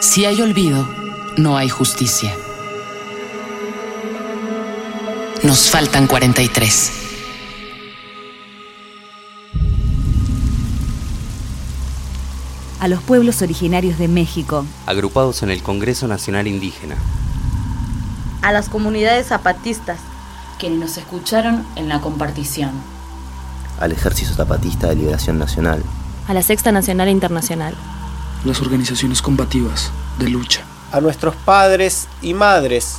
Si hay olvido, no hay justicia. Nos faltan 43. A los pueblos originarios de México, agrupados en el Congreso Nacional Indígena. A las comunidades zapatistas, quienes nos escucharon en la compartición. Al Ejército Zapatista de Liberación Nacional. A la Sexta Nacional Internacional. Las organizaciones combativas, de lucha. A nuestros padres y madres.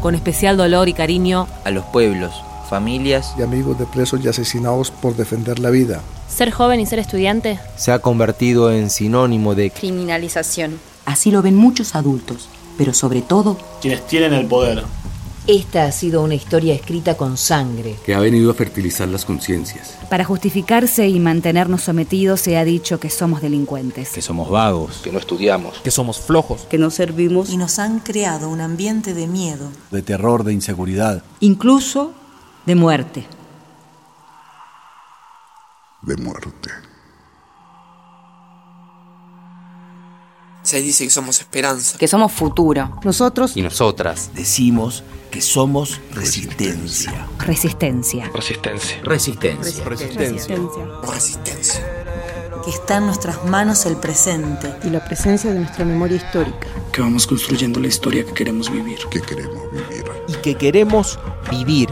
Con especial dolor y cariño. A los pueblos, familias. Y amigos de presos y asesinados por defender la vida. Ser joven y ser estudiante. Se ha convertido en sinónimo de criminalización. Así lo ven muchos adultos, pero sobre todo... Quienes tienen el poder. Esta ha sido una historia escrita con sangre. Que ha venido a fertilizar las conciencias. Para justificarse y mantenernos sometidos se ha dicho que somos delincuentes. Que somos vagos. Que no estudiamos. Que somos flojos. Que no servimos. Y nos han creado un ambiente de miedo. De terror, de inseguridad. Incluso de muerte. De muerte. Se dice que somos esperanza. Que somos futuro. Nosotros y nosotras decimos que somos resistencia. Resistencia. Resistencia. Resistencia. Resistencia. Resistencia. Que está en nuestras manos el presente. Y la presencia de nuestra memoria histórica. Que vamos construyendo la historia que queremos vivir. Que queremos vivir. Y que queremos vivir.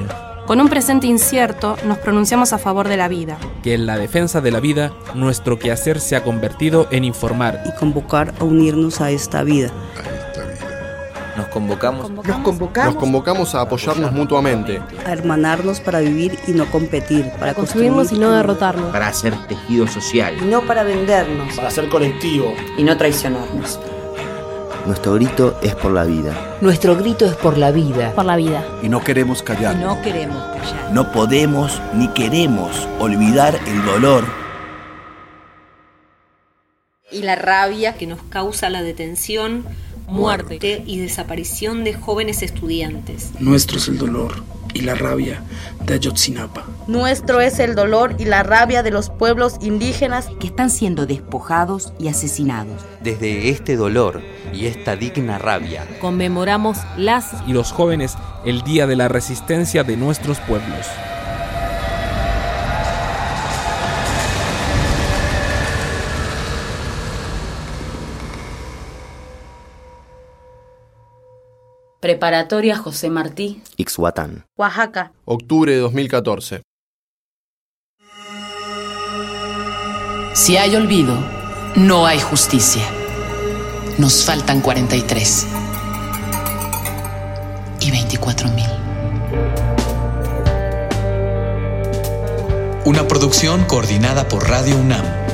Con un presente incierto, nos pronunciamos a favor de la vida. Que en la defensa de la vida, nuestro quehacer se ha convertido en informar. Y convocar a unirnos a esta vida. A esta vida. Nos convocamos. Nos convocamos. Nos convocamos a apoyarnos mutuamente. A hermanarnos para vivir y no competir. Para, para construirnos y no derrotarnos. Para hacer tejido social. Y no para vendernos. Para ser colectivo. Y no traicionarnos. Nuestro grito es por la vida. Nuestro grito es por la vida. Por la vida. Y no queremos callar. Y no queremos callar. No podemos ni queremos olvidar el dolor. Y la rabia que nos causa la detención, muerte, muerte y desaparición de jóvenes estudiantes. Nuestro es el dolor y la rabia de Ayotzinapa. Nuestro es el dolor y la rabia de los pueblos indígenas que están siendo despojados y asesinados. Desde este dolor y esta digna rabia, conmemoramos las y los jóvenes el Día de la Resistencia de nuestros pueblos. Preparatoria José Martí. Ixhuatán. Oaxaca. Octubre de 2014. Si hay olvido, no hay justicia. Nos faltan 43. Y 24 mil. Una producción coordinada por Radio UNAM